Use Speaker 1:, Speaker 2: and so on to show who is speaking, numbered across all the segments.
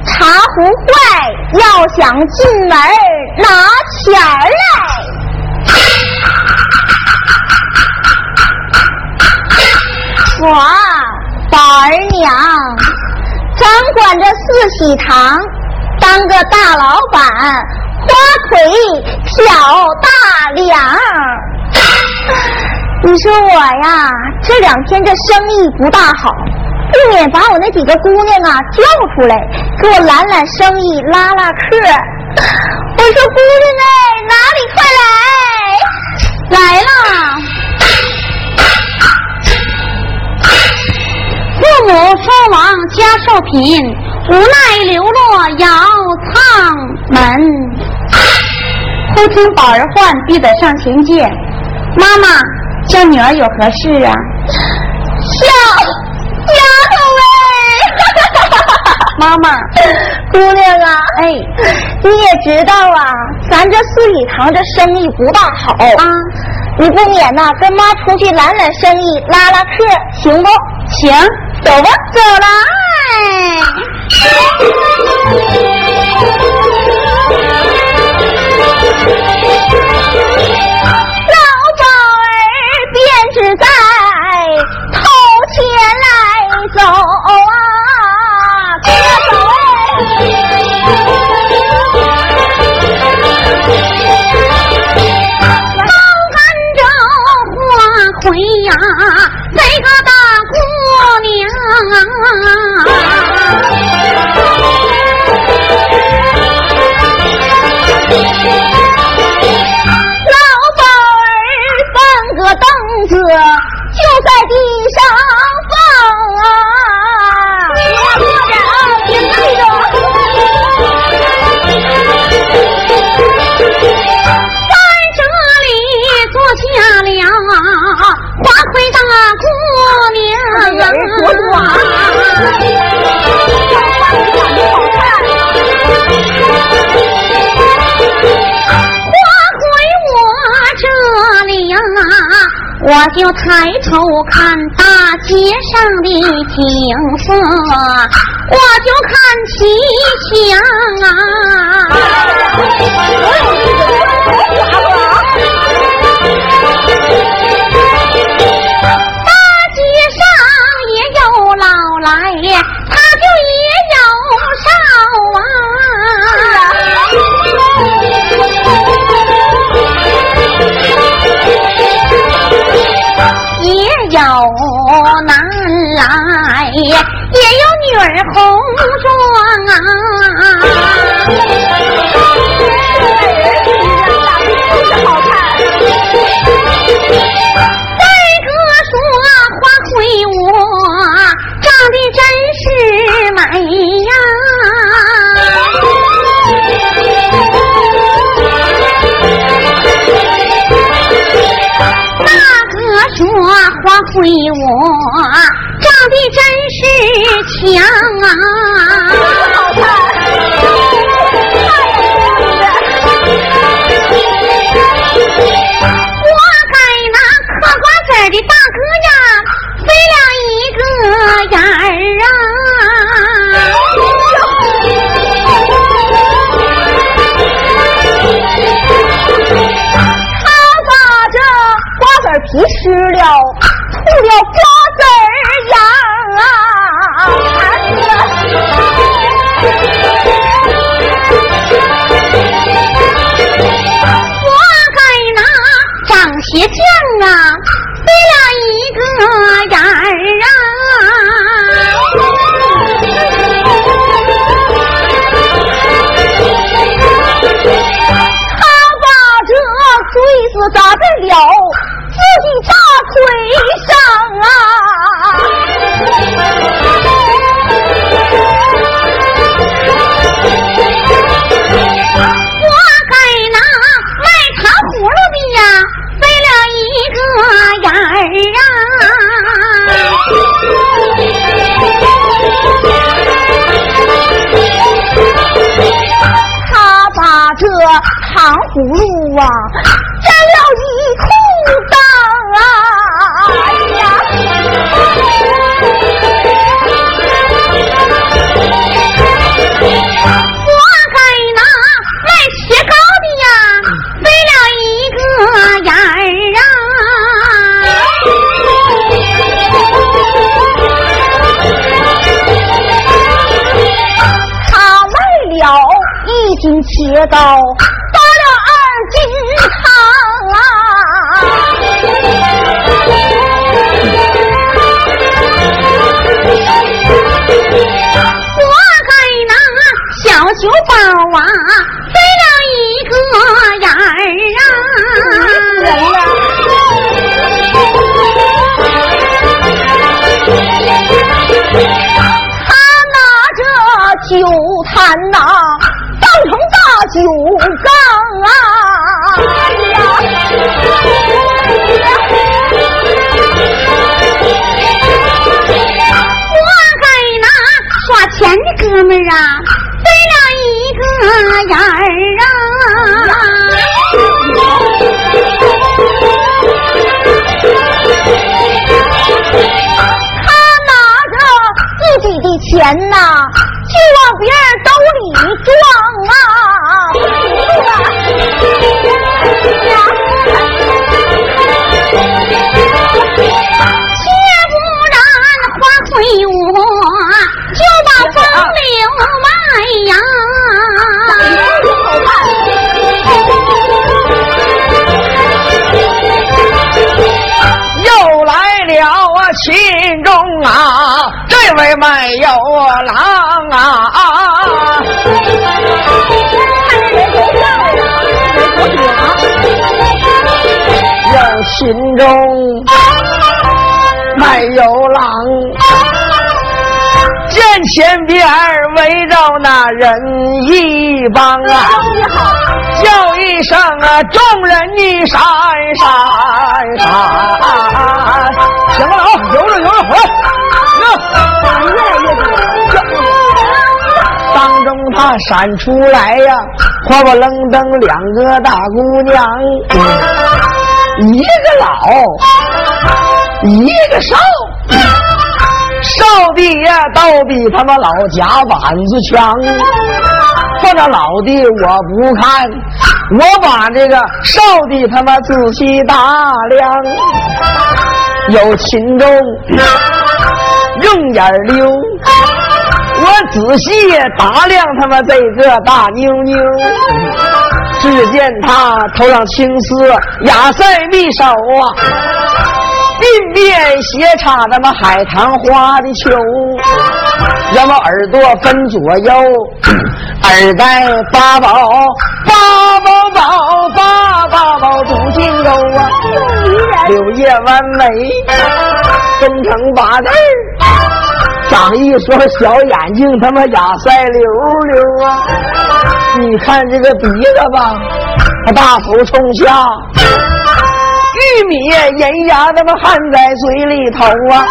Speaker 1: 不坏，要想进门拿钱儿来。我宝儿娘，掌管着四喜堂，当个大老板，花魁挑大梁。你说我呀，这两天这生意不大好。不免把我那几个姑娘啊叫出来，给我揽揽生意，拉拉客。我说姑娘哎，哪里快来？来啦！
Speaker 2: 父母出亡家受贫，无奈流落窑仓门。忽听宝儿唤，逼得上前见。妈妈，叫女儿有何事啊？
Speaker 1: 笑。丫头哎，
Speaker 2: 妈妈，
Speaker 1: 姑娘啊，
Speaker 2: 哎，
Speaker 1: 你也知道啊，咱这四喜堂这生意不大好
Speaker 2: 啊，
Speaker 1: 你不免呐、跟妈出去揽揽生意，拉拉客，行不？
Speaker 2: 行，
Speaker 1: 走吧，
Speaker 2: 走来。
Speaker 1: 哎老鸨儿便是在偷前来走啊，哥走
Speaker 2: 高攀着花魁呀，这个大姑娘
Speaker 1: 老宝儿翻个凳子就在地上放啊，坐着啊，别累着。
Speaker 2: 在这里坐下了花魁大姑娘
Speaker 1: 哎呀多多啊
Speaker 2: 花魁我这里呀、我就抬头看大街上的景色，我就看吉祥啊。大街上也有老来，他就也有少啊。啊
Speaker 1: 嗯
Speaker 2: 也有男来，也有女儿红妆啊。再哥说花魁我长得真是美呀，大哥说花魁我长得真是强啊。
Speaker 1: 好看，
Speaker 2: 我给那嗑瓜子儿的大哥呀，飞了一个眼儿啊！
Speaker 1: 他把这瓜子儿皮吃了，吐了瓜子儿瓤啊！
Speaker 2: 我给那长鞋匠啊，飞了一个眼儿啊！
Speaker 1: 他把这锥子扎在了自己大腿上啊！
Speaker 2: 我给那卖糖葫芦的呀，飞了一个眼儿啊！
Speaker 1: 他把这糖葫芦啊沾了一裤裆啊！哎呀，
Speaker 2: 我啊斤切糕，包了二斤糖啊！
Speaker 1: 我该拿小酒保啊，飞了一个眼啊儿啊！
Speaker 2: 人呢？他拿着酒坛呐、当成大酒缸啊！
Speaker 1: 啊啊我该拿耍钱的哥们儿啊，飞了一个眼儿啊！
Speaker 2: 他拿着自己的钱呐、就往别人兜里装啊！
Speaker 1: 切不然花魁我就把风流卖呀！
Speaker 3: 又来了啊，秦钟啊，这位卖油郎啊，有秦钟卖油郎，见前边儿围着那人一帮啊，叫一声啊，众人一闪闪闪，行了啊，游着游着回来，行，越来越当中他闪出来呀、哗哗楞登两个大姑娘，一个老，一个少，少的呀倒比他妈老贾板子强。或者老的我不看，我把这个少的他妈仔细打量，有秦钟，用眼儿溜。我仔细打量他们这个大妞妞，只见她头上青丝，雅塞密手啊，鬓边斜插他妈海棠花的球，要么耳朵分左右，耳戴八宝八宝宝八宝宝足金钩啊，柳叶弯眉，分成八字儿。长一双小眼睛，他妈哑腮溜溜啊！你看这个鼻子吧，大头冲下，玉米银牙他妈含在嘴里头啊，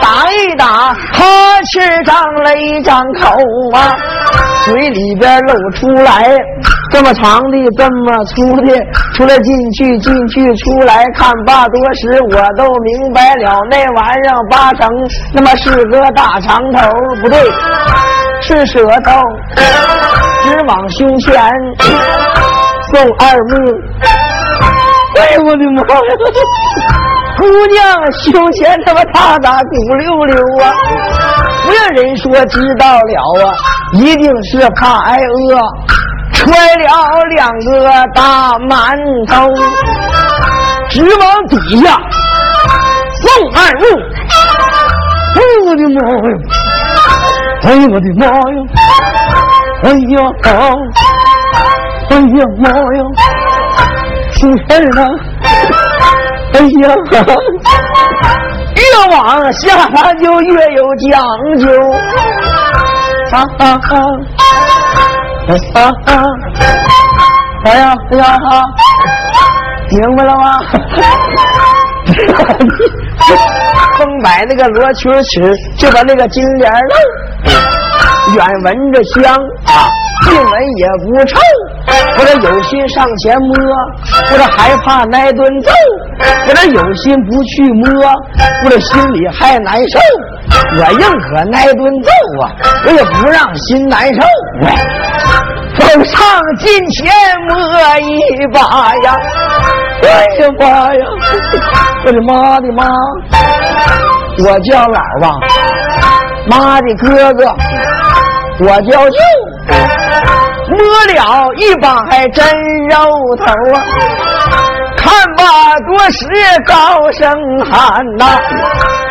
Speaker 3: 打一打，哈气儿张了一张口啊，嘴里边露出来，这么长的，这么粗的，出来进去，进去出来，看罢多时，我都明白了，那玩意儿八成那么是个大长头，不对，是舌头，直往胸前，送二目。哎呦我的妈呀！姑娘胸前他妈大大鼓溜溜啊！不让人说知道了啊，一定是怕挨饿，揣了两个大馒头，直往底下送二物。哎呦我的妈呀！哎呦我的妈呀！哎呀好！哎呀妈呀！出事儿了！哎呀，越往下 他就越有讲究。啊啊啊！啊啊！哎呀哎呀啊！明白了吗？ 空摆那个罗裙尺，就把那个金莲儿弄，远闻着香啊，近闻也不臭。我这有心上前摸，我这害怕挨顿揍，我这有心不去摸，我这心里还难受。我宁可挨顿揍啊，我也不让心难受。喂，走上近前摸一把呀！哎呀妈呀！我的妈的妈！我叫啊老吧，妈的哥哥，我叫舅，摸了一把还真肉头啊！看罢多时高声喊呐、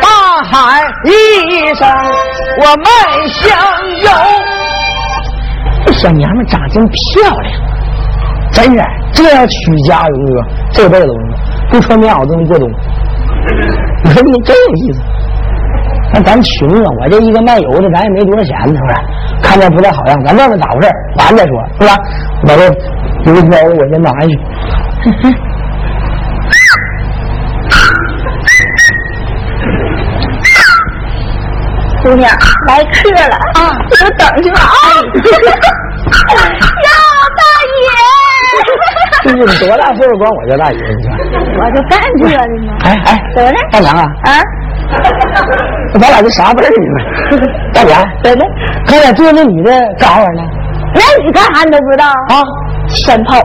Speaker 3: 大喊一声，我卖香油。这小娘们长真漂亮，啊真的，这要娶家荣哥，这辈子荣哥不穿棉袄都能过冬。我说你真有意思。那咱穷啊，我这一个卖油的，咱也没多少钱，是不是？看着不太好样，咱问问咋回事，完再说，是吧？我这油包我先拿去。
Speaker 2: 姑娘来客了啊，你就等去吧啊！呀，
Speaker 3: 这是多大岁数管我叫大爷？你说，
Speaker 2: 大爷，我就干这个呢。
Speaker 3: 哎哎，
Speaker 2: 得嘞
Speaker 3: 大娘啊，
Speaker 2: 啊，
Speaker 3: 咱俩这啥辈 儿呢？大娘，
Speaker 2: 得嘞，
Speaker 3: 刚才坐那女的干啥玩意儿呢？
Speaker 2: 那你干啥你都不知道啊？
Speaker 3: 啊
Speaker 2: 山炮，
Speaker 3: 啊，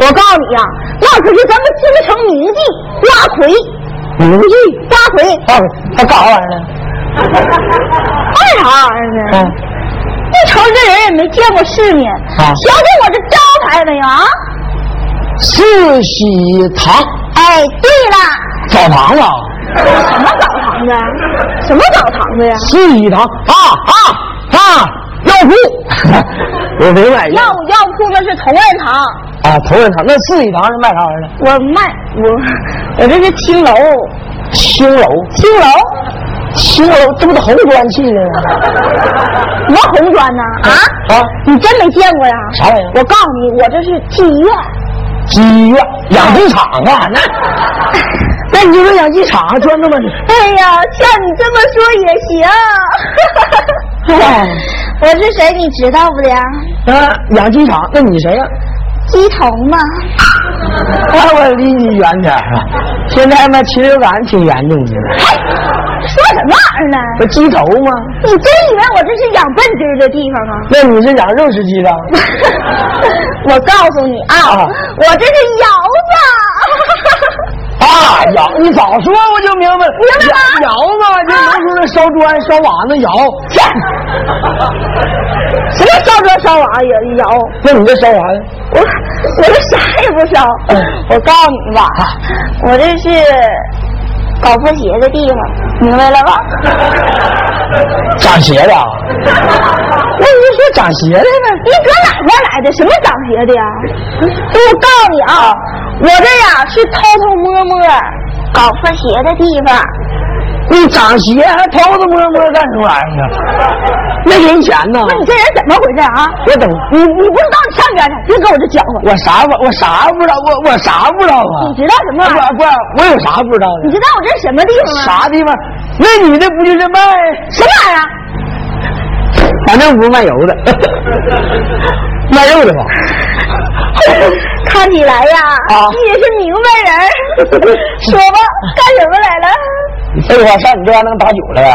Speaker 2: 我告诉你啊，那可是咱们京城名妓花魁，
Speaker 3: 女的
Speaker 2: 花 魁
Speaker 3: 啊，她干啥玩意儿呢？
Speaker 2: 哎干啥玩意儿呢？
Speaker 3: 啊，
Speaker 2: 一瞅这人也没见过世面，
Speaker 3: 啊
Speaker 2: 瞧瞧我这招牌没有啊？
Speaker 3: 四喜堂
Speaker 2: 哎，对了，
Speaker 3: 澡堂子啊，
Speaker 2: 什么澡堂子？什么澡堂子呀？
Speaker 3: 四喜堂啊啊啊，药铺， 我没买
Speaker 2: 药药铺那是同仁堂，
Speaker 3: 啊，头仁堂那四喜堂是卖啥玩意儿的？
Speaker 2: 我卖我我 这是青楼，
Speaker 3: 青楼，
Speaker 2: 青楼
Speaker 3: 青楼，这不都红砖砌的吗？
Speaker 2: 什么红砖呢？啊，
Speaker 3: 啊，
Speaker 2: 你真没见过呀？
Speaker 3: 啥玩意儿
Speaker 2: 我告诉你，我这是妓院。
Speaker 3: 妓院、养鸡场啊，那 那你就说养鸡场啊专那么
Speaker 2: 哎呀，像你这么说也行。
Speaker 3: 哎
Speaker 2: 我是谁你知道不的呀？
Speaker 3: 啊，养鸡场，那你谁呀、
Speaker 2: 鸡童嘛。
Speaker 3: 那啊我离你远点儿啊！现在嘛，禽流感挺严重 的，
Speaker 2: 说什么玩意儿呢？
Speaker 3: 不鸡头吗？
Speaker 2: 你真以为我这是养笨鸡儿的地方啊？
Speaker 3: 那你是养肉食鸡的？
Speaker 2: 我告诉你啊，
Speaker 3: 啊
Speaker 2: 我这是窑子。
Speaker 3: 啊，窑！你早说我就明白了，
Speaker 2: 明白吗
Speaker 3: 窑窑嘛，就能说那烧砖、烧瓦那窑。
Speaker 2: 什么烧砖烧瓦也窑？
Speaker 3: 那你这烧啥呀？
Speaker 2: 我我这啥也不烧。我告诉你吧，我这是搞破鞋的地方，明白了吧？
Speaker 3: 长鞋的啊？那你就说长鞋的呗。
Speaker 2: 你搁哪块来的？什么长鞋的呀？
Speaker 3: 嗯
Speaker 2: 我告诉你啊，我这呀是偷偷摸摸搞破鞋的地方。
Speaker 3: 你长鞋还偷偷摸摸干什么玩意儿啊？没零钱呢？
Speaker 2: 那你这人怎么回事啊？
Speaker 3: 我等
Speaker 2: 你你不知道你上边去，别跟我这搅和。
Speaker 3: 我啥不我啥不知道我我啥不知道啊？
Speaker 2: 你知道什么玩意儿？
Speaker 3: 我我我有啥不知道
Speaker 2: 你
Speaker 3: 的？
Speaker 2: 知道我这是什么地方吗？？
Speaker 3: 啥地方？那女的不就是卖，
Speaker 2: 什么玩意儿啊？
Speaker 3: 反正不是卖油的， 卖 肉的吧？
Speaker 2: 看起来呀，
Speaker 3: 啊哎
Speaker 2: 你也是明白人儿。说吧，干什么来了？
Speaker 3: 你废话，上你这玩意儿能打酒了呀？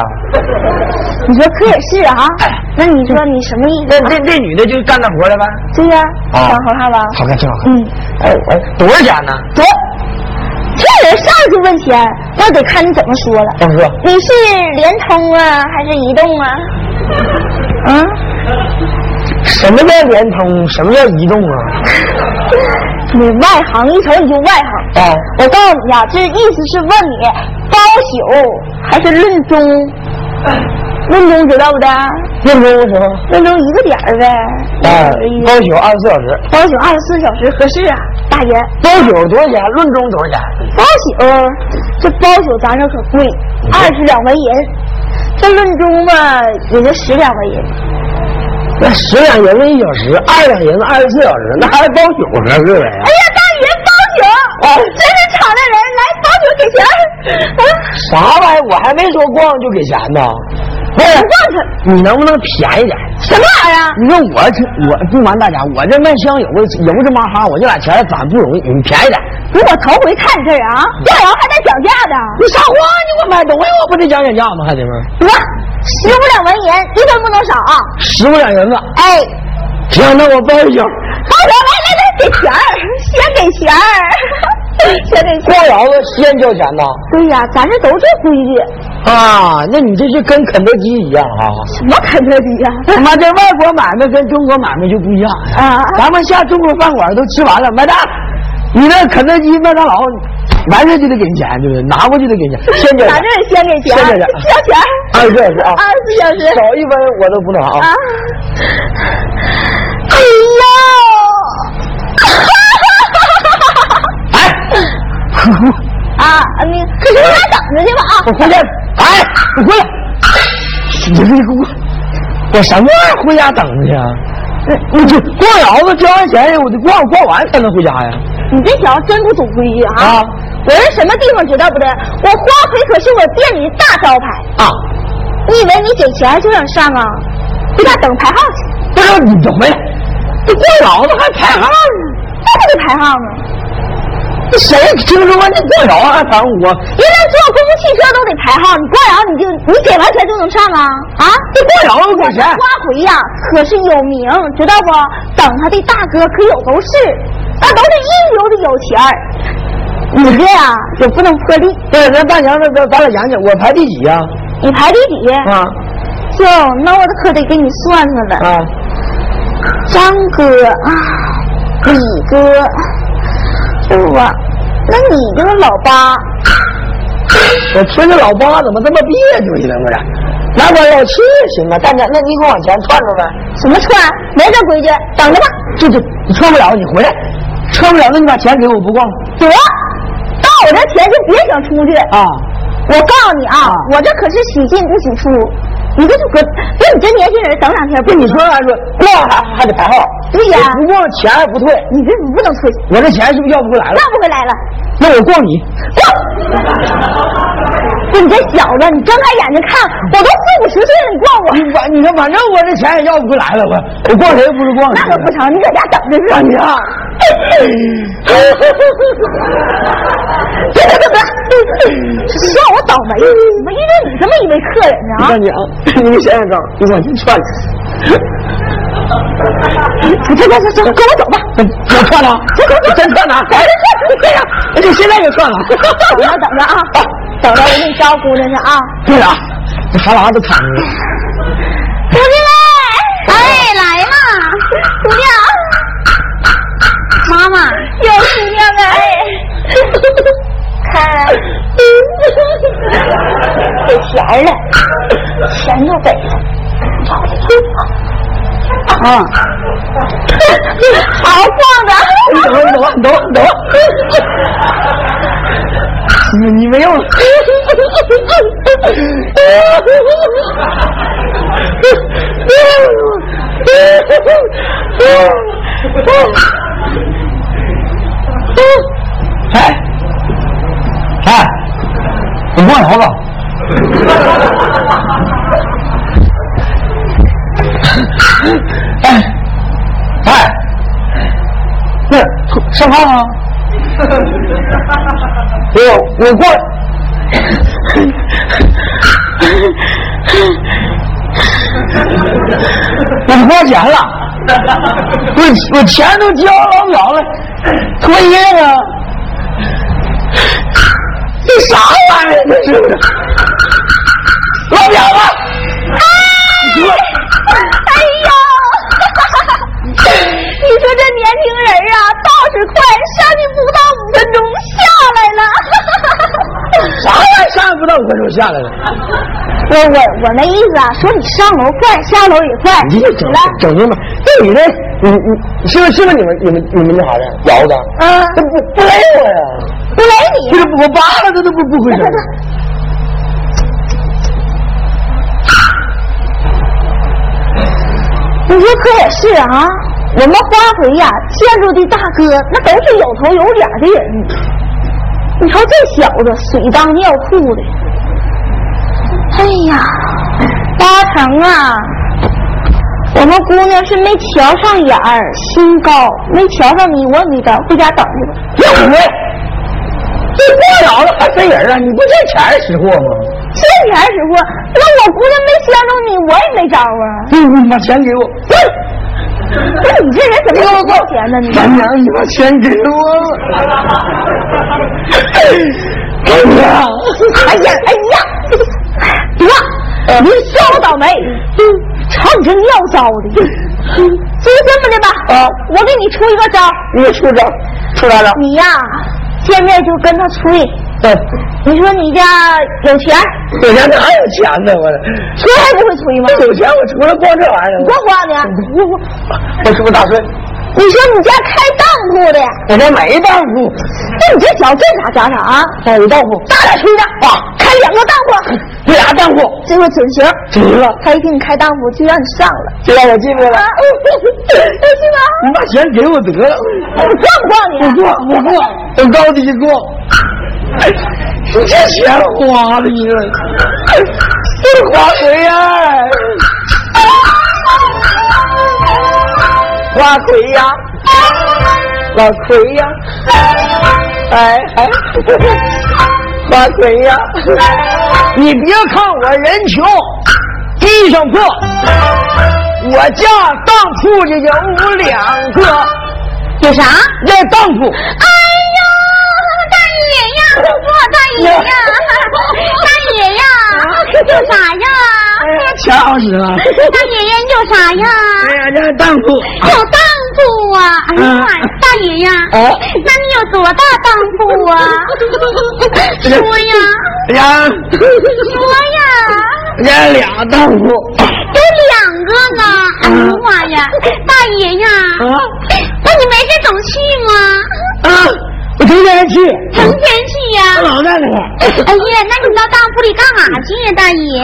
Speaker 2: 你说可也是啊？
Speaker 3: 哎
Speaker 2: 那你说你什么意思？
Speaker 3: 这这女的就干那活了呗？
Speaker 2: 对呀，长
Speaker 3: 啊
Speaker 2: 好看吧？
Speaker 3: 好看，挺好看。
Speaker 2: 嗯，
Speaker 3: 哎，我多少钱呢？
Speaker 2: 得，这人上去问钱，那得看你怎么说了。
Speaker 3: 张叔，
Speaker 2: 你是联通啊，还是移动啊？啊？
Speaker 3: 什么叫联通？什么叫移动啊？
Speaker 2: 你外行，一瞅你就外行。
Speaker 3: 啊，
Speaker 2: 我告诉你啊，这意思是问你包宿还是论钟？论钟知道不的？
Speaker 3: 认真什么？
Speaker 2: 论钟一个点儿呗。
Speaker 3: 哎，
Speaker 2: 一个
Speaker 3: 包宿二十四小时。
Speaker 2: 包宿二十四小时合适啊，大爷。
Speaker 3: 包宿多少钱？论钟多少钱？
Speaker 2: 包宿这包宿咱这可贵，二十两白银。这论钟嘛，也就十两白银。
Speaker 3: 那十两银子一小时，二两银子二十四小时，那还包宿呢，啊是呗？
Speaker 2: 哎呀，大爷包宿，真是厂的人来包宿给钱。啊，
Speaker 3: 啥玩意儿？我还没说逛就给钱呢。不是，你能不能便宜点？
Speaker 2: 什么玩意儿啊？
Speaker 3: 你说我这我不瞒大家，我这卖香油油这帮哈，我这俩钱儿攒不容易，你便宜点。
Speaker 2: 你我头回看你这人啊，要窑还带讲价的。
Speaker 3: 你啥话呢？我买东西我不得讲讲价吗？还得吗？
Speaker 2: 得，十五两纹银，一分不能少啊！
Speaker 3: 十五两银子，
Speaker 2: 哎，
Speaker 3: 行，那我包一宿。
Speaker 2: 好，来来来来，给钱儿，先给钱儿。小得
Speaker 3: 过窑子先交钱呐？
Speaker 2: 对呀、咱这都这规矩。
Speaker 3: 啊，那你这是跟肯德基一样啊？
Speaker 2: 什么肯德基呀、
Speaker 3: 他妈这外国买卖跟中国买卖就不一样，
Speaker 2: 啊？
Speaker 3: 咱们下中国饭馆都吃完了，麦当，你那肯德基、麦当劳，完事就得给你钱，对不对？拿过去得给你钱，先交
Speaker 2: 咱
Speaker 3: 钱
Speaker 2: 这，先给钱，
Speaker 3: 先给钱
Speaker 2: 交钱，
Speaker 3: 二十四小时啊，
Speaker 2: 二十四小时
Speaker 3: 少一分我都不拿啊
Speaker 2: 啊。哎呦！
Speaker 3: 哎
Speaker 2: 啊，那个可是我俩等着去吧啊！
Speaker 3: 我回家，哎，你回来，你这给我，我什么玩意儿回家等着去啊？我就逛窑子交完钱，我得逛逛完才能回家呀。
Speaker 2: 你这小子真不懂规矩啊！
Speaker 3: 啊
Speaker 2: 我是什么地方知道不得？我花魁可是我店里的大招牌，
Speaker 3: 啊，
Speaker 2: 你以为你给钱就想上啊？回家等排号去，啊
Speaker 3: 不是你等没？这逛窑子还排号呢？
Speaker 2: 那不得排号吗？
Speaker 3: 这谁听说过这逛窑子还排我？
Speaker 2: 人家坐公共汽车都得排号，你过窑你就你给完钱就能上啊啊！
Speaker 3: 这逛窑子给
Speaker 2: 我这
Speaker 3: 钱
Speaker 2: 花魁呀、可是有名，知道不？等他的大哥可有都是，那都是一流的有钱儿。你这呀、也不能破例，
Speaker 3: 对，那大娘，那咱咱俩研究，我排第几呀？
Speaker 2: 你排第几？
Speaker 3: 啊
Speaker 2: 就那我可得给你算算了。
Speaker 3: 啊，
Speaker 2: 张哥啊，李哥，是我，那你就是老八，
Speaker 3: 我听着老八怎么这么别扭呢？我这，那我要去行啊，大娘，那你给我往前窜窜呗。
Speaker 2: 什么川？没这规矩，等着吧。
Speaker 3: 这这，你穿不了，你回来。穿不了，那你把钱给我，我不逛了
Speaker 2: 得，到我这钱就别想出去。
Speaker 3: 啊。
Speaker 2: 我告诉你啊，
Speaker 3: 啊
Speaker 2: 我这可是喜进不喜出，你这就搁，不是你这年轻人等两天不行
Speaker 3: 那你说啥说？逛还还得排号。
Speaker 2: 对呀
Speaker 3: 我不逛钱还不退，
Speaker 2: 你这你不能退，
Speaker 3: 我这钱是不是要不回来了
Speaker 2: 要？不回来了。
Speaker 3: 那我逛你，
Speaker 2: 滚！不是你这小子，你睁开眼睛看，我都四五十岁了，你逛我，
Speaker 3: 你反你说反正我这钱也要不回来了，我我逛谁不是逛谁？
Speaker 2: 那可不成，你搁家等着是吧？
Speaker 3: 大娘，
Speaker 2: 别别别别，笑我倒霉，怎么遇着你这么一位客人呢？啊
Speaker 3: 大，娘， 你给想想招，你往前窜去。
Speaker 2: 走走走走，跟我走吧。
Speaker 3: 我 窜了，啊真窜了，哎呀，这现在就窜了。
Speaker 2: 等着等着啊，等着我给你招呼着呢啊。
Speaker 3: 对了，这哈喇子淌着呢。
Speaker 2: 同志
Speaker 1: 哎
Speaker 2: 们，，
Speaker 1: 来嘛，
Speaker 2: 哎姑娘，
Speaker 1: 妈妈，
Speaker 2: 有姑娘哎，看，给钱儿了，钱都给了，找的真好。啊，好啊逛的。
Speaker 3: 你等会儿，你等会儿，你等会儿，你等会儿。你你没用，
Speaker 2: 哎
Speaker 3: 哎哎，我过头了。 哎哎，那上炕啊！我我过来。 我花钱了，我我钱都交老表了，脱衣啊！这啥玩意儿？这是老表啊！你过来
Speaker 2: 哎呀， 你说这年轻人啊，倒是快，上去不到五分钟下来了。
Speaker 3: 啥玩意儿？上不到五分钟下来了，
Speaker 2: 我我我那意思啊，说你上楼快，下楼也快，
Speaker 3: 你这整
Speaker 2: 来，
Speaker 3: 整那么，这你这你你是不是是不是你们你们你们那啥的窑子？
Speaker 2: 嗯，
Speaker 3: 这不不累我呀？
Speaker 2: 不雷
Speaker 3: 不
Speaker 2: 你，
Speaker 3: 是我扒拉他都不不回声。
Speaker 2: 你说可也是啊。我们花魁呀、见着的大哥那都是有头有脸的人。你瞅这小子水当尿裤的，哎呀，八成啊，我们姑娘是没瞧上眼儿，心高，没瞧上你，我女的，回家等着吧。
Speaker 3: 有啊，这过窑子还分人啊？你不见钱儿识货吗？
Speaker 2: 这你还识货？那我姑娘没相中你，我也没招啊。
Speaker 3: 嗯，你把钱给我。
Speaker 2: 滚！不是你这人怎么这么有钱呢？你
Speaker 3: 咱娘，你把钱给我了。 哎呀，
Speaker 2: 哎呀哎呀，得，你笑我倒霉，瞧你这尿糟的。就这么的吧，
Speaker 3: 啊
Speaker 2: 我给你出一个招儿，
Speaker 3: 你出招，出啥招？
Speaker 2: 你呀，见面就跟他吹，
Speaker 3: 嗯，
Speaker 2: 你说你家有钱，
Speaker 3: 有钱哪有钱呢？我这
Speaker 2: 吹还不会吹吗？
Speaker 3: 有钱，我除了光这玩意儿，
Speaker 2: 你多花呢！我我，
Speaker 3: 我是不是打算？
Speaker 2: 你说你家开当铺的，
Speaker 3: 我这没当铺，
Speaker 2: 那你这脚这啥家啥啊？
Speaker 3: 有当铺，
Speaker 2: 大点吹的
Speaker 3: 啊，
Speaker 2: 开两个当铺，
Speaker 3: 有俩当铺，
Speaker 2: 这回准行。
Speaker 3: 值了，
Speaker 2: 他一给你开当铺，就让你上了。
Speaker 3: 就让我进去了
Speaker 2: 啊，。是
Speaker 3: 你把钱给我得了，
Speaker 2: 吧？我逛不逛你
Speaker 3: 我
Speaker 2: 啊？
Speaker 3: 过我过，我高低过。哎，你这钱花的，你这这花魁呀、花魁 呀、老魁呀、哎哎，花魁 呀、你别看我人穷，衣裳破，我家当铺里有两个，
Speaker 2: 有啥？
Speaker 3: 要当 铺。
Speaker 1: 大爷呀，我大爷呀，大爷呀，有啥呀？
Speaker 3: 掐死了！
Speaker 1: 大爷呀，有啥呀？
Speaker 3: 哎呀，这当铺，
Speaker 1: 有当铺啊！哎呀妈呀，大爷呀，
Speaker 3: 哦
Speaker 1: 那你有多大当铺啊？说呀，
Speaker 3: 哎呀，
Speaker 1: 说呀，
Speaker 3: 这俩当铺，
Speaker 1: 有两个呢！哎呀妈呀，大爷呀，
Speaker 3: 啊
Speaker 1: 那你没事总去吗？
Speaker 3: 啊，我成天去，
Speaker 1: 成天去呀、
Speaker 3: 我老在那块儿。
Speaker 1: 哎呀，那你到当铺里干嘛去呀，大爷？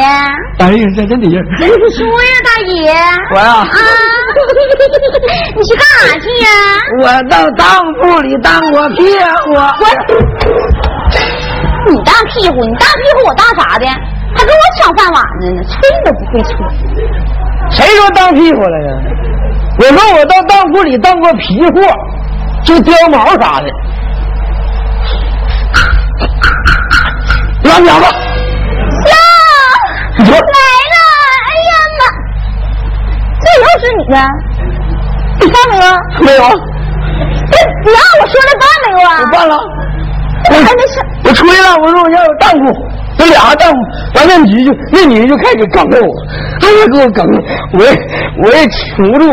Speaker 3: 哎呀，这真得 劲儿！
Speaker 1: 说呀，大爷。
Speaker 3: 我呀
Speaker 1: 啊，你去干啥去呀？
Speaker 3: 我到当铺里当过屁股，
Speaker 1: 你大屁股，你大屁股，我大啥的？还跟我抢饭碗呢呢，吹都不会吹。
Speaker 3: 谁说当屁股来着？我说我到当铺里当过皮货，就貂毛啥的。老娘们，
Speaker 2: 呀，
Speaker 3: 你说
Speaker 2: 来了！哎呀妈，这又是你的？你办没有？
Speaker 3: 没有？
Speaker 2: 这你让我说的办没有啊？
Speaker 3: 我办了。
Speaker 2: 我还没上。
Speaker 3: 我吹了，我说我要有当铺，有俩当铺，完那女就那女就开始梗我，哎呀给我梗，我也我也挺不住，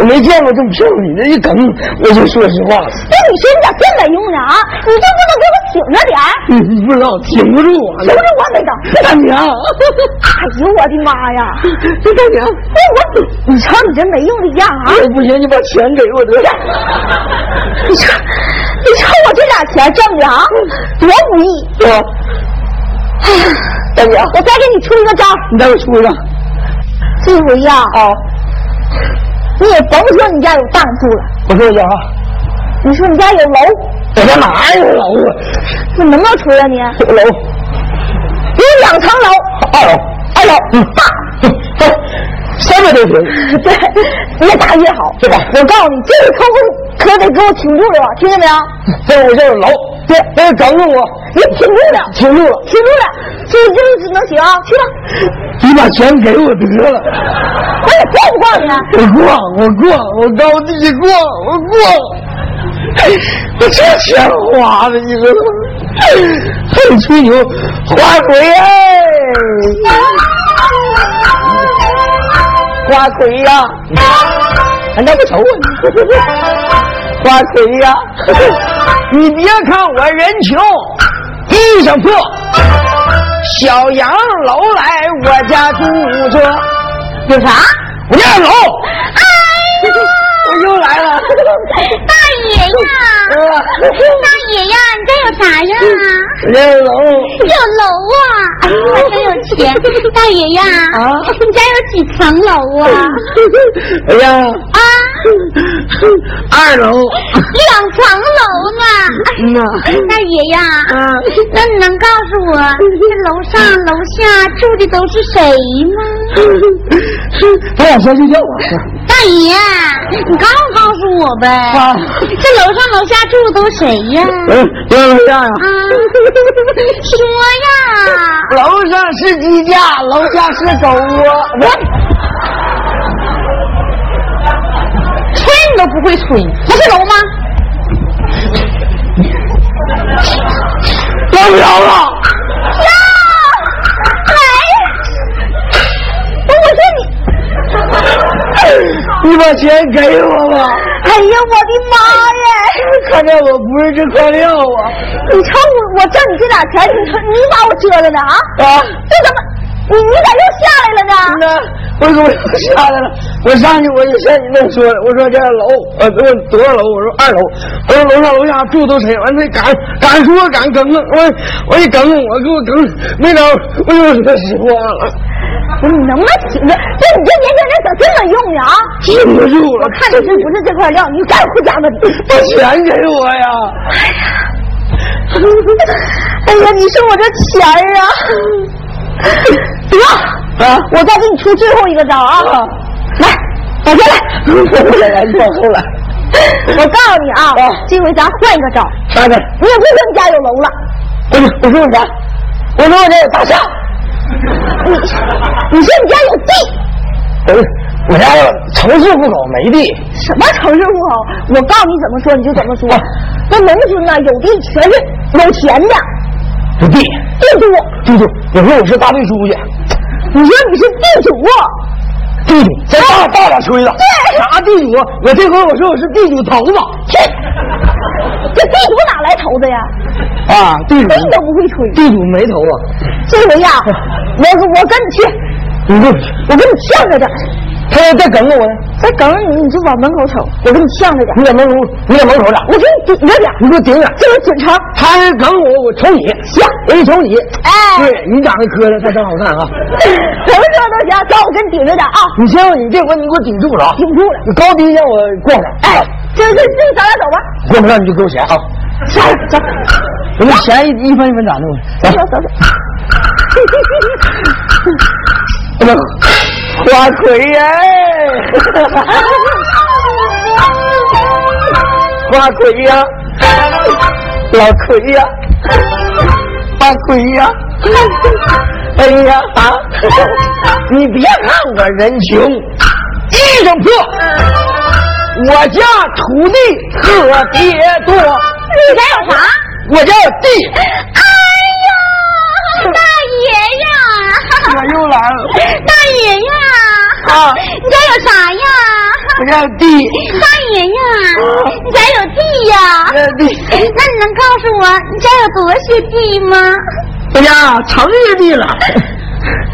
Speaker 3: 我没见过这么漂亮女的，一梗我就说实话了，
Speaker 2: 这你说你咋这没用呢啊？你就不能给我挺着点儿？
Speaker 3: 你你不知道嗯挺啊不住我
Speaker 2: 是
Speaker 3: 了
Speaker 2: 不，是我没整？
Speaker 3: 大娘，
Speaker 2: 哎呦我的妈呀！
Speaker 3: 这大娘，嗯
Speaker 2: 那我你瞧你这没用的样啊！
Speaker 3: 我不行，你把钱给我得了，
Speaker 2: 你瞧，你瞧我这俩钱挣的啊，多不易！
Speaker 3: 是吧？大娘，嗯
Speaker 2: 我再给你出一个招儿，
Speaker 3: 你带我出去吧，
Speaker 2: 这回呀，哦，你也甭说你家有当铺了，
Speaker 3: 我说一下啊，
Speaker 2: 你说你家有楼，
Speaker 3: 我家哪有楼啊？
Speaker 2: 你能不能出来你？
Speaker 3: 有楼，
Speaker 2: 有两层 楼，
Speaker 3: 二楼，二楼，嗯，大，三百多平。
Speaker 2: 对，越大越好。
Speaker 3: 是吧
Speaker 2: 我告诉你，这个客户可得给我挺住了，听见没有？
Speaker 3: 这我这有楼，对，那整住我，
Speaker 2: 你挺住了，
Speaker 3: 停住了，
Speaker 2: 挺住了，这这这能行啊？ 去吧。
Speaker 3: 你把钱给我得了，
Speaker 2: 我也逛不逛你啊？
Speaker 3: 我逛，我逛，我高低逛，我逛，哎我这钱花的，你说还得吹牛，花魁哎，花魁呀、还那么瞅我，花魁呀、你别看我人穷，衣裳破，小洋楼来我家住着， 有啥？我家有楼，我又来了，
Speaker 1: 大爷呀，大爷呀，你这有啥呀？
Speaker 3: 我家有楼，
Speaker 1: 有楼啊！哎呀，真有钱！大爷呀，
Speaker 3: 啊
Speaker 1: 你家有几层楼啊？
Speaker 3: 我家
Speaker 1: 啊，
Speaker 3: 二楼，
Speaker 1: 两层楼呢。
Speaker 3: 嗯呐，
Speaker 1: 大爷呀，
Speaker 3: 啊，
Speaker 1: 那你能告诉我，这楼上楼下住的都是谁吗？
Speaker 3: 咱俩先睡觉
Speaker 1: 大爷，你告诉告诉我呗，
Speaker 3: 啊，
Speaker 1: 这楼上楼下住的都谁呀？啊，
Speaker 3: 嗯，楼下呀，
Speaker 1: 说呀，
Speaker 3: 楼上是鸡架，楼下是狗窝，我。
Speaker 1: 不会吹，不会揉吗？
Speaker 3: 老不了。 你把钱给我哎吧！
Speaker 2: 哎呀，我的妈呀！
Speaker 3: 看在我不是这块料啊！
Speaker 2: 你瞅我，我挣你这点钱，你瞅你把我折了呢啊！
Speaker 3: 啊，嗯
Speaker 2: 这怎么，你你咋又下来了呢？
Speaker 3: 那我怎么又下来了？我上去我就向你那说了，我说这楼，呃，我多少楼？我说二楼。我说楼上楼下住都谁？完他敢敢说敢耿耿，我我一耿耿，我给我耿没招，我又说实话了，
Speaker 2: 不是你能不能醒着？这你这年轻人可真没用呀啊！
Speaker 3: 记不住了。
Speaker 2: 我看你是不是这块料，你赶紧回家吧你！
Speaker 3: 把钱给我呀！
Speaker 2: 哎呀，你说我这钱儿啊！得，
Speaker 3: 啊，
Speaker 2: 我再给你出最后一个招啊！
Speaker 3: 啊
Speaker 2: 来，倒下来。
Speaker 3: 我这人到后来，
Speaker 2: 我告诉你啊，
Speaker 3: 啊
Speaker 2: 这回咱换一个招儿，
Speaker 3: 啥的？
Speaker 2: 你也别说你家有楼了，
Speaker 3: 我说我说啥？我说我这有大厦。
Speaker 2: 你说你家有地。
Speaker 3: 不是，我家有城市户口没地，
Speaker 2: 什么城市户口？我告诉你怎么说你就怎么
Speaker 1: 哎
Speaker 2: 说。那农村呢，有地全是有钱的，
Speaker 3: 有地，
Speaker 2: 地主。
Speaker 3: 地主。我说我是大队书记，
Speaker 2: 你说你是地主，啊哎
Speaker 3: 地主，咱大大点吹了。啥地主？啊我这回我说我是地主头子
Speaker 2: 这地主哪来头子呀？
Speaker 3: 啊，地主
Speaker 2: 地，都不会吹。
Speaker 3: 地主没头啊。
Speaker 2: 这回呀，我我跟你去，
Speaker 3: 你给我，
Speaker 2: 我跟你呛着点儿。
Speaker 3: 他要再梗我呢，
Speaker 2: 再梗你，你就往门口瞅，我给你呛着点儿。
Speaker 3: 你在门口，你在门口咋？
Speaker 2: 我给你顶着点儿，
Speaker 3: 你给我顶着。
Speaker 2: 这回准成。
Speaker 3: 他要梗我，我瞅你，行，我一瞅你，
Speaker 2: 哎，
Speaker 3: 对你长得磕碜，他长好看啊。
Speaker 2: 怎么说都行，走，我给你顶着点儿啊，
Speaker 3: 你先，你这回你给我顶住了啊！
Speaker 2: 顶住了。
Speaker 3: 你高低让我逛上。
Speaker 2: 哎，这这这，咱俩走吧。
Speaker 3: 逛不上你就给我钱啊！
Speaker 2: 走走，
Speaker 3: 我这钱一一分一分攒着我。
Speaker 2: 走
Speaker 3: 来
Speaker 2: 走走。
Speaker 3: 哎呀 花魁耶，
Speaker 1: 啊
Speaker 3: 花魁呀，老魁呀，花魁 呀，哎呀啊！ 你别看我人穷，衣裳破，
Speaker 1: 嗯
Speaker 3: 我家土地特别多，
Speaker 1: 你家有啥？
Speaker 3: 我家有 地，
Speaker 1: 哎呀，大爷呀，
Speaker 3: 我又来了，
Speaker 1: 大爷呀，
Speaker 3: 啊
Speaker 1: 你家有啥呀？
Speaker 3: 我家有地，
Speaker 1: 大爷呀，你家有地呀？哎
Speaker 3: 我家有地。
Speaker 1: 那你能告诉我你家有多些地吗？
Speaker 3: 哎呀，成日地了，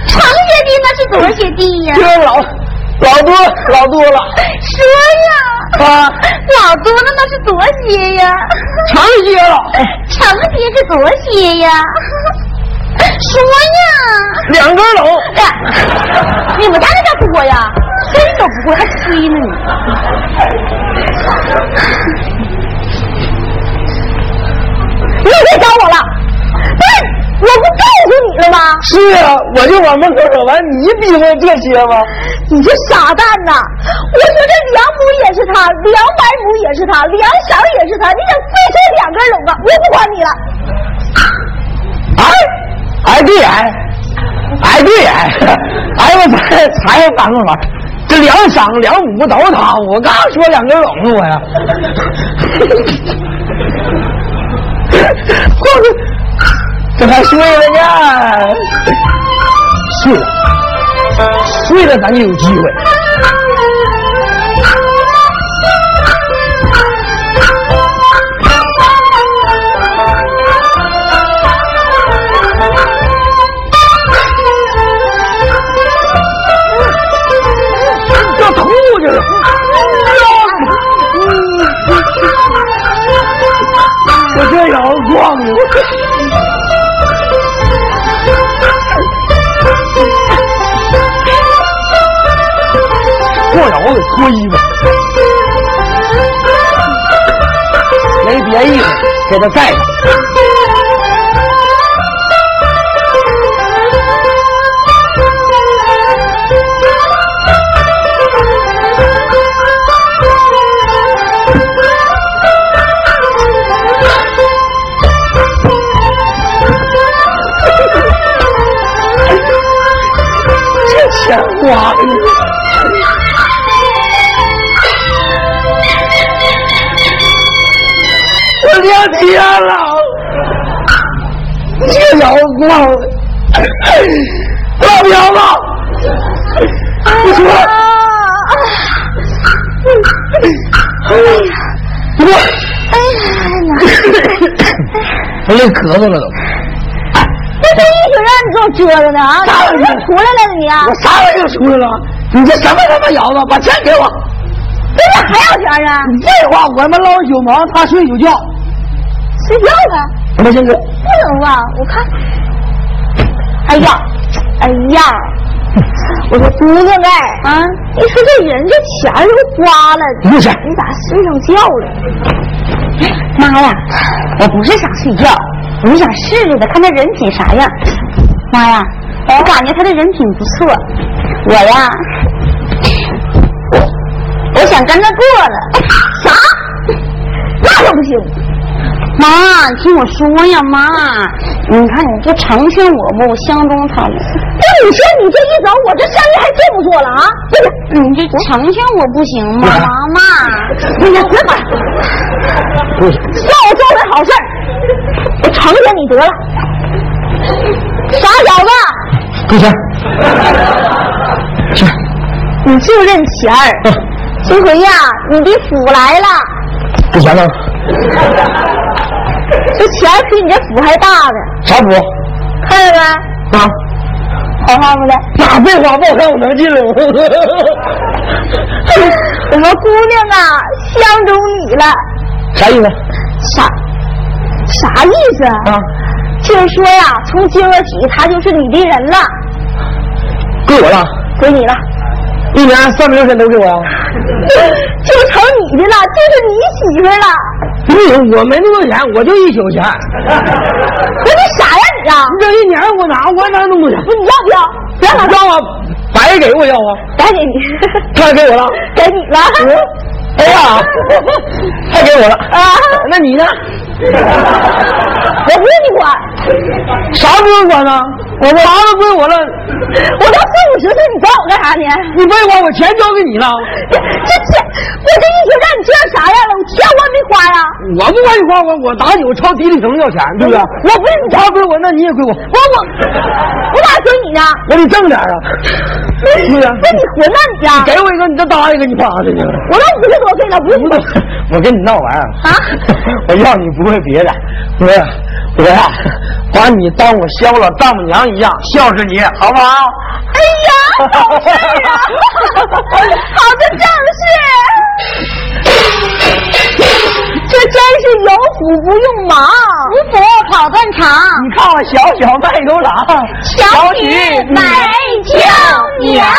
Speaker 1: 城些地那是多些地 呀
Speaker 3: 这？老老多老多了
Speaker 1: 说呀，
Speaker 3: 啊，
Speaker 1: 老多了那是多些 呀？
Speaker 3: 成些了，
Speaker 1: 城些是多些呀？ 说呀，
Speaker 3: 两根楼，
Speaker 2: 哎你们家那叫多呀？真都不会，还吹呢你。你也别找我了，不是，我不告诉你了吗？
Speaker 3: 是啊，我就往门口走，完你比划这些吗？
Speaker 2: 你这傻蛋呐！我说这两亩也是他，两百亩也是他，两晌也是他，你咋非说两根垄啊？我不管你了，
Speaker 3: 哎，哎对哎，哎对哎，哎我才才反过来，这两晌两亩都他，我刚说两根垄子我呀，这还睡了呢，睡了，睡了咱就有机会。要吐去了。我这也要逛呢，过窑子脱衣服，没别意思，给他盖上。这钱花的，
Speaker 1: 哎呀，
Speaker 3: 天了，这窑矿，老彪子，不说了，不说了，
Speaker 2: 哎呀，
Speaker 3: 我累咳嗽了都，
Speaker 2: 这真一宿让你给我折腾的啊！
Speaker 3: 啥玩意儿
Speaker 2: 你怎么出来了你啊
Speaker 3: 我？啥玩意儿出来了？你这什么他妈窑子？把钱给我！
Speaker 2: 这咋还有钱啊？
Speaker 3: 你废话，我他妈捞一宿忙，他睡一宿觉，
Speaker 2: 睡觉呗。
Speaker 3: 他妈现在。
Speaker 2: 不能吧？我看，哎呀，哎呀，我说姑娘哎，啊，你说这人这钱儿都花了，
Speaker 3: 不是
Speaker 2: 你咋睡上觉了？妈呀，我不是想睡觉，我是想试试的，看他人品啥样。妈呀，我感觉他的人品不错，我呀，我我想跟他过了。啥？那可不行。
Speaker 1: 妈，你听我说呀，妈，你看你就成全我吧，我相中他了。
Speaker 2: 那你说你这一走，我这生意还做不做了啊？对呀，
Speaker 1: 你这成全我不行吗，
Speaker 3: 嗯
Speaker 1: 妈妈？
Speaker 2: 哎呀，别管，
Speaker 3: 不是，
Speaker 2: 算我做回好事儿，我成全你得了。傻小子，
Speaker 3: 够钱，去，
Speaker 2: 你就认钱儿，这回呀，你的府来了，
Speaker 3: 给钱了，
Speaker 2: 这钱儿比你这府还大呢，
Speaker 3: 啥补
Speaker 2: 看见没？
Speaker 3: 啊？
Speaker 2: 好看不的？
Speaker 3: 哪废话不好看，我能进来吗？
Speaker 2: 我们姑娘啊，相中你了，
Speaker 3: 啥意思
Speaker 2: 啥啥意思？
Speaker 3: 啊？
Speaker 2: 就是说呀，从今儿起，他就是你的人了，
Speaker 3: 归我了，
Speaker 2: 归你了。
Speaker 3: 一年三百六十天都给我呀？
Speaker 2: 就成你的了，就是你媳妇儿了。
Speaker 3: 不是，哎我没那么多钱，我就一宿钱。
Speaker 2: 不是你傻哎呀你啊！
Speaker 3: 这一年我拿我哪那么多钱？
Speaker 2: 不是你要不要？别老
Speaker 3: 让我白给我要啊？
Speaker 2: 该给你，
Speaker 3: 他给我了，
Speaker 2: 该你了。
Speaker 3: 哎 呀，他给我了
Speaker 2: 啊，
Speaker 3: 那你呢？
Speaker 2: 我不用你管，
Speaker 3: 啥不用管呢？我啥都归我了，
Speaker 2: 我都四五十岁，你管我干啥呢？
Speaker 3: 你别管，我钱交给你了。
Speaker 2: 这这这，我这一宿让你这样啥样了？我钱我也没花呀、
Speaker 3: 我不管你花我，我打你，我抄迪丽城要钱，对不对？
Speaker 2: 我不是你
Speaker 3: 他归我，那你也归我，
Speaker 2: 我我我哪归你呢？哎
Speaker 3: 我得挣点啊。是不是？
Speaker 2: 那你混蛋你呀、
Speaker 3: 给我一个，你再搭一个，你趴着去。
Speaker 2: 我都五十多岁了，不是你
Speaker 3: 不是，我跟你闹玩儿
Speaker 2: 啊！
Speaker 3: 我要你不会别的，我我呀，把你当我肖老丈母娘一样孝顺你，好 不好？
Speaker 2: 哎呀，懂事儿啊！好的正是，这真是有福不用忙，
Speaker 1: 五福跑断肠，
Speaker 3: 你看我小小卖牛郎，
Speaker 1: 小曲白
Speaker 2: 叫
Speaker 1: 叫娘。